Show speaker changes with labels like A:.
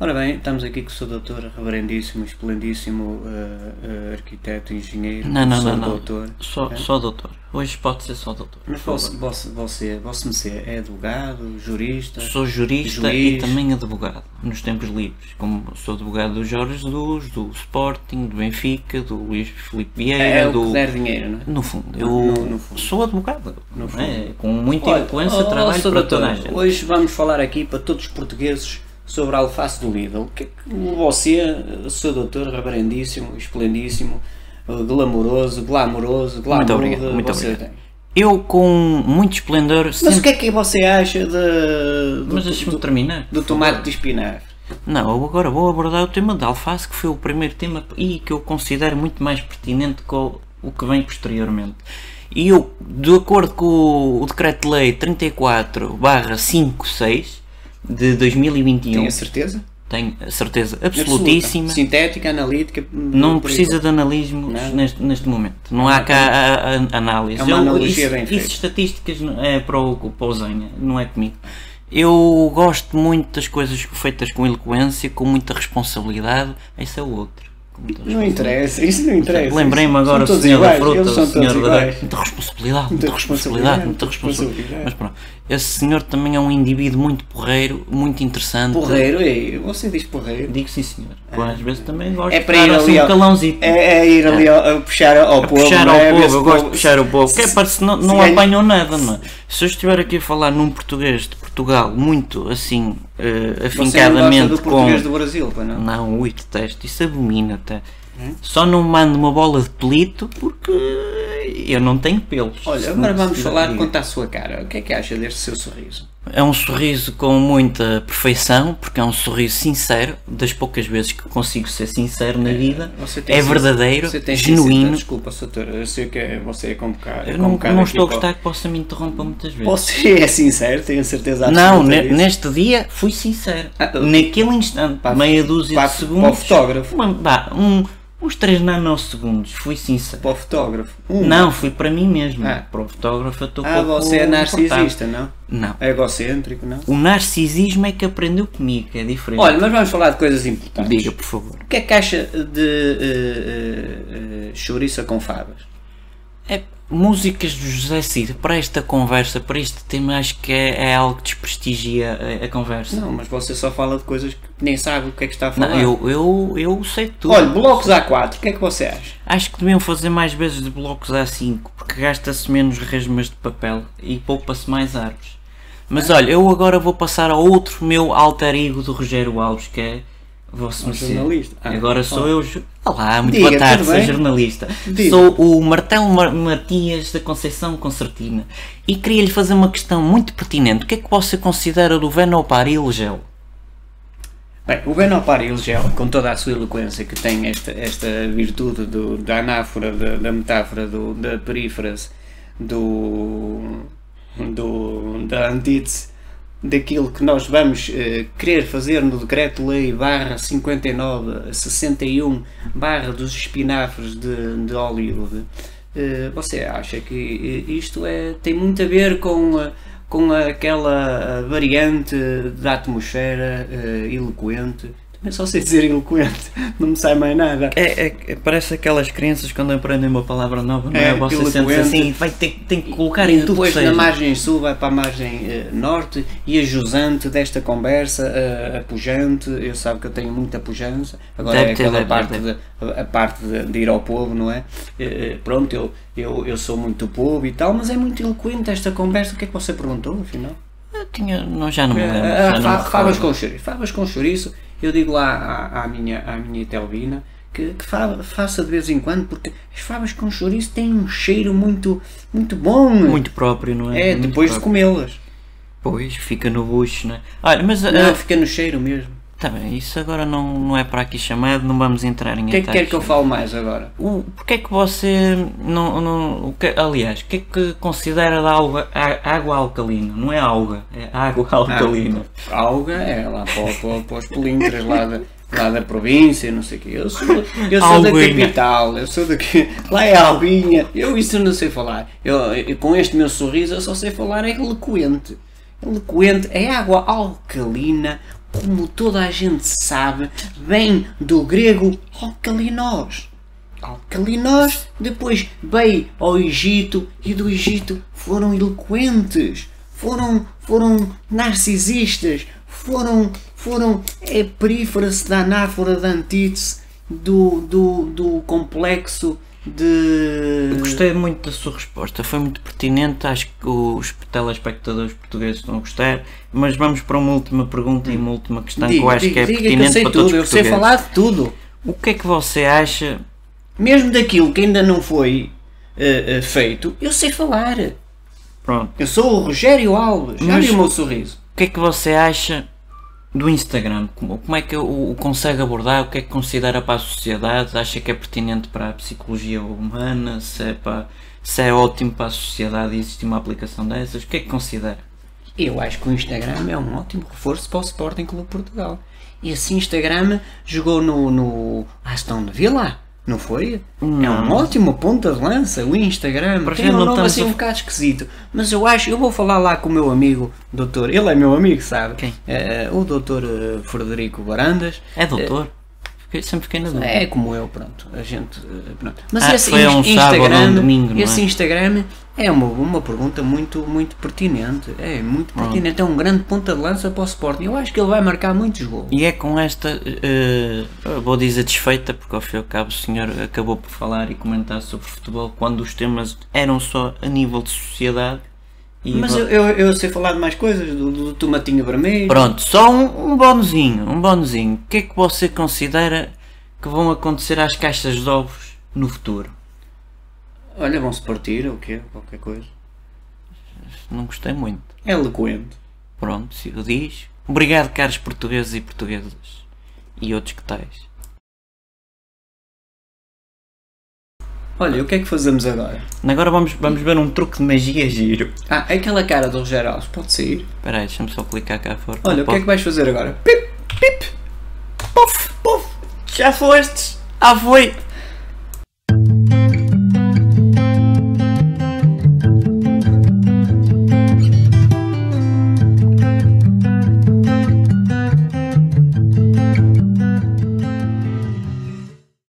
A: Ora bem, estamos aqui com o seu doutor, reverendíssimo, esplendíssimo uh, uh, arquiteto, engenheiro,
B: Não, não,
A: professor,
B: não, não.
A: doutor.
B: Só,
A: ok?
B: só doutor. Hoje pode ser só doutor.
A: Mas
B: por
A: você,
B: favor.
A: você, você, você, você é advogado, jurista?
B: Sou jurista
A: Juiz.
B: e também advogado, nos tempos livres. Como sou advogado do Jorge Jesus, do Sporting, do Benfica, do Luís Filipe Vieira,
A: É, o
B: do.
A: que der dinheiro, não é?
B: No fundo, eu
A: No- no fundo.
B: sou advogado. não é? Com muita
A: Olha,
B: eloquência,
A: ó,
B: trabalho
A: Sr.
B: para
A: Doutor,
B: toda a gente.
A: Hoje vamos falar aqui para todos os portugueses sobre a alface do Lidl. O que é que você, seu doutor, reverendíssimo, esplendíssimo, eh, glamouroso, glamouroso,
B: obrigado,
A: glamouroso,
B: muito
A: você
B: obrigado.
A: tem?
B: Eu, com muito esplendor,
A: Mas o
B: sempre.
A: que é que você acha de, do,
B: Mas deixa-me
A: do-
B: terminar.
A: do tomate de espinafre?
B: Não, eu agora vou abordar o tema da alface, que foi o primeiro tema e que eu considero muito mais pertinente com o que vem posteriormente. E eu, de acordo com o, o Decreto-Lei 34-56 de 2021,
A: Tem a certeza?
B: tenho a certeza absolutíssima,
A: Absoluta. Sintética, analítica.
B: não
A: por
B: precisa
A: aí.
B: de analismo
A: Não.
B: neste, neste momento. Não há cá a- a- análise.
A: É uma
B: Eu-
A: analogia
B: isso,
A: bem
B: isso
A: feita.
B: estatísticas não- é para o, para o Zenha, não é comigo. Eu gosto muito das coisas feitas com eloquência, com muita responsabilidade. Esse é o outro. Com muita
A: Não interessa, isso não interessa.
B: Lembrei-me
A: São
B: agora o
A: todos
B: senhor da
A: iguais,
B: fruta,
A: eles
B: o
A: são
B: senhor
A: todos
B: da...
A: iguais.
B: Muita responsabilidade,
A: Muita responsabilidade,
B: muita responsabilidade, muita
A: responsabilidade.
B: responsabilidade. Mas pronto, esse senhor também é um indivíduo muito porreiro, muito interessante.
A: Porreiro, é, você diz porreiro.
B: Digo sim senhor. Às vezes também gosto
A: É
B: de
A: para
B: dar
A: ir
B: assim
A: ali
B: um
A: ao-
B: calãozito.
A: É, é ir ali ao- a puxar ao povo.
B: puxar
A: não
B: ao
A: é? Ver se
B: povo, eu gosto
A: povo-
B: de puxar ao povo. Que é, parece que não, não
A: ganha-
B: apanham nada, não é? Se eu estiver aqui a falar num português de Portugal muito assim, eh,
A: Você não gosta
B: afincadamente
A: do português
B: com.
A: do Brasil, pá, não?
B: Não, ui, detesto, isso abomina até.
A: Hum?
B: Só não mando uma bola de pelito porque eu não tenho pelos.
A: Olha,
B: Se
A: agora
B: não-
A: vamos
B: se-
A: falar
B: diga.
A: quanto à sua cara. O que é que acha deste seu sorriso?
B: É um sorriso com muita perfeição, porque é um sorriso sincero, das poucas vezes que consigo ser sincero na vida.
A: Você tem
B: É
A: sido-
B: verdadeiro,
A: você tem sido-
B: genuíno.
A: Desculpa, Sator, eu sei que é- você é convocado.
B: Eu não, não estou a gostar que possa me interromper muitas vezes.
A: Você é sincero, tenho certeza absoluta.
B: Não, né, ne-
A: disso.
B: neste dia fui sincero.
A: Ah, eu-
B: Naquele instante,
A: Pá,
B: meia dúzia
A: pá,
B: de segundos.
A: pá, fotógrafo.
B: Uma- pá, um- uns 3 nanosegundos, fui sincero.
A: Para o fotógrafo. Um.
B: Não, fui para mim mesmo.
A: Ah.
B: Para o fotógrafo eu estou
A: Ah,
B: pouco
A: você é
B: confortável.
A: narcisista, não?
B: Não.
A: É egocêntrico, não?
B: O narcisismo é que aprendeu comigo, que é diferente.
A: Um, Olha, mas vamos falar de coisas importantes.
B: Diga, por favor.
A: O que é que acha de eh, eh, eh, chouriça com favas?
B: É, músicas do José Cid, para esta conversa, para este tema, acho que é, é algo que desprestigia a, a conversa.
A: Não, mas você só fala de coisas que nem sabe o que é que está a
B: Não,
A: falar.
B: eu, eu, eu sei tudo.
A: Olha, blocos A4, o que é que você acha?
B: Acho que deviam fazer mais vezes de blocos A5, porque gasta-se menos resmas de papel e poupa-se mais árvores. Mas olha, eu agora vou passar a outro meu alter ego do Rogério Alves, que é Vosso Mercê.
A: jornalista. Ah,
B: agora sou eu. ju- Olá, muito
A: Diga,
B: boa tarde,
A: tudo
B: sou
A: bem?
B: jornalista.
A: Diga.
B: Sou o Martelo Mar- Matias da Conceição Concertina e queria-lhe fazer uma questão muito pertinente. O que é que você considera do Venoparil Gel?
A: Bem, o Benoparil Gel, com toda a sua eloquência que tem esta, esta virtude do- da anáfora, da, da metáfora, do- da perífrase, do, do- da antítese, daquilo que nós vamos eh, querer fazer no Decreto-Lei barra 59, 61, barra dos espinafres de, de Hollywood, eh, você acha que eh, isto é, tem muito a ver com... eh, a com aquela uh, variante da atmosfera uh, eloquente. Também só sei dizer eloquente, não me sai mais nada.
B: É, é- é- parece aquelas crianças quando aprendem uma palavra nova, não é?
A: É,
B: Você
A: eloquente.
B: sente assim, vai ter, que- tem que colocar
A: E
B: em tudo que
A: depois
B: seja.
A: na margem sul vai para a margem eh, norte e a jusante desta conversa, eh, a pujante, eu sabe que eu tenho muita pujança, agora
B: Deve
A: é
B: ter,
A: aquela
B: deve,
A: parte,
B: deve.
A: De, a- a parte de, de ir ao povo, não é? Eh, eh, pronto, eu, eu, eu sou muito povo e tal, mas é muito eloquente esta conversa, o que é que você perguntou afinal?
B: Eu tinha, não, já não me lembro.
A: Ah,
B: já não
A: fa-
B: me
A: favas
B: recordo.
A: com chouriço. Favas com chouriço, eu digo lá à, à minha, à minha Telvina que, que fa- faça de vez em quando, porque as favas com chouriço têm um cheiro muito, muito bom.
B: Muito próprio, não
A: é,
B: é? Muito
A: depois de
B: próprio.
A: comê-las.
B: Depois fica no bucho, não é? Olha, mas.
A: Não,
B: ah,
A: fica no cheiro mesmo.
B: tá bem, isso agora não, não é para aqui chamado, não vamos entrar em
A: O que é que quer que eu fale mais agora?
B: O, porque é que você não. não o que, aliás, o que é que considera da alga, a- água alcalina? Não é alga, é água alcalina.
A: Alga é lá para, o- para, o- para os políntras lá da, lá da província, não sei o quê. Eu sou, eu sou da
B: Alguinha.
A: capital, eu sou daqui. Lá é Albinha. Eu isso não sei falar. Eu, eu- com este meu sorriso eu só sei falar é eloquente. Eloquente é água alcalina. como toda a gente sabe, vem do grego alcalinós. Alcalinós depois veio ao Egito e do Egito foram eloquentes, foram, foram narcisistas, foram, foram a perífera-se da anáfora da antítese do, do, do complexo de.
B: Gostei muito da sua resposta, foi muito pertinente. Acho que os telespectadores portugueses estão a gostar. Mas vamos para uma última pergunta e uma última questão que eu acho que é
A: diga
B: pertinente
A: eu sei
B: para
A: tudo,
B: todos os
A: eu sei
B: portugueses.
A: falar de tudo.
B: O que é que você acha?
A: Mesmo daquilo que ainda não foi eh, eh, feito, eu sei falar.
B: Pronto,
A: Eu sou o Rogério Alves.
B: Mas-
A: Olha o meu sorriso.
B: o que é que você acha do Instagram? Como, como é que o, o consegue abordar? O que é que considera para a sociedade? Acha que é pertinente para a psicologia humana? Se é, para, se é ótimo para a sociedade existir uma aplicação dessas? O que é que considera?
A: Eu acho que o Instagram é um ótimo reforço para o Sporting Clube de Portugal. Esse Instagram jogou no, no Aston Villa, não foi? É um ótimo ponta de lança, o Instagram.
B: Por
A: Tem
B: exemplo,
A: um
B: não
A: nome
B: estamos
A: assim
B: a-
A: um bocado esquisito. Mas eu acho, eu vou falar lá com o meu amigo, doutor, ele é meu amigo, sabe?
B: Quem?
A: É, é, o doutor eh, Frederico Barandas.
B: É doutor? Fiquei- sempre fiquei na dúvida.
A: É como eu, pronto. A gente. eh, Pronto. Mas
B: Ah,
A: esse
B: foi a um
A: ins-
B: sábado ou
A: Instagram,
B: um domingo, não é?
A: esse Instagram é uma, uma pergunta muito, muito pertinente. É muito pertinente. É um grande ponta de lança para o Sporting. Eu acho que ele vai marcar muitos gols.
B: E é com esta, eh, eu vou dizer desfeita, porque ao fim e ao cabo o senhor acabou por falar e comentar sobre futebol quando os temas eram só a nível de sociedade. E
A: Mas
B: vo-
A: eu, eu, eu sei falar de mais coisas, do, do tomatinho vermelho.
B: Pronto, só um, um bonozinho, um bonozinho. O que é que você considera que vão acontecer às caixas de ovos no futuro?
A: Olha, vão-se partir ou quê? Qualquer coisa.
B: Não gostei muito.
A: É eloquente.
B: Pronto, se o diz. Obrigado, caros portugueses e portuguesas. E outros que tais.
A: Olha, o que é que fazemos agora?
B: Agora vamos, vamos ver um truque de magia giro.
A: Ah, aquela cara do Rogério Alves pode sair.
B: Espera aí, deixa-me só clicar cá fora.
A: Olha, o que é que vais fazer agora? Pip!
B: Já foste? Ah, foi!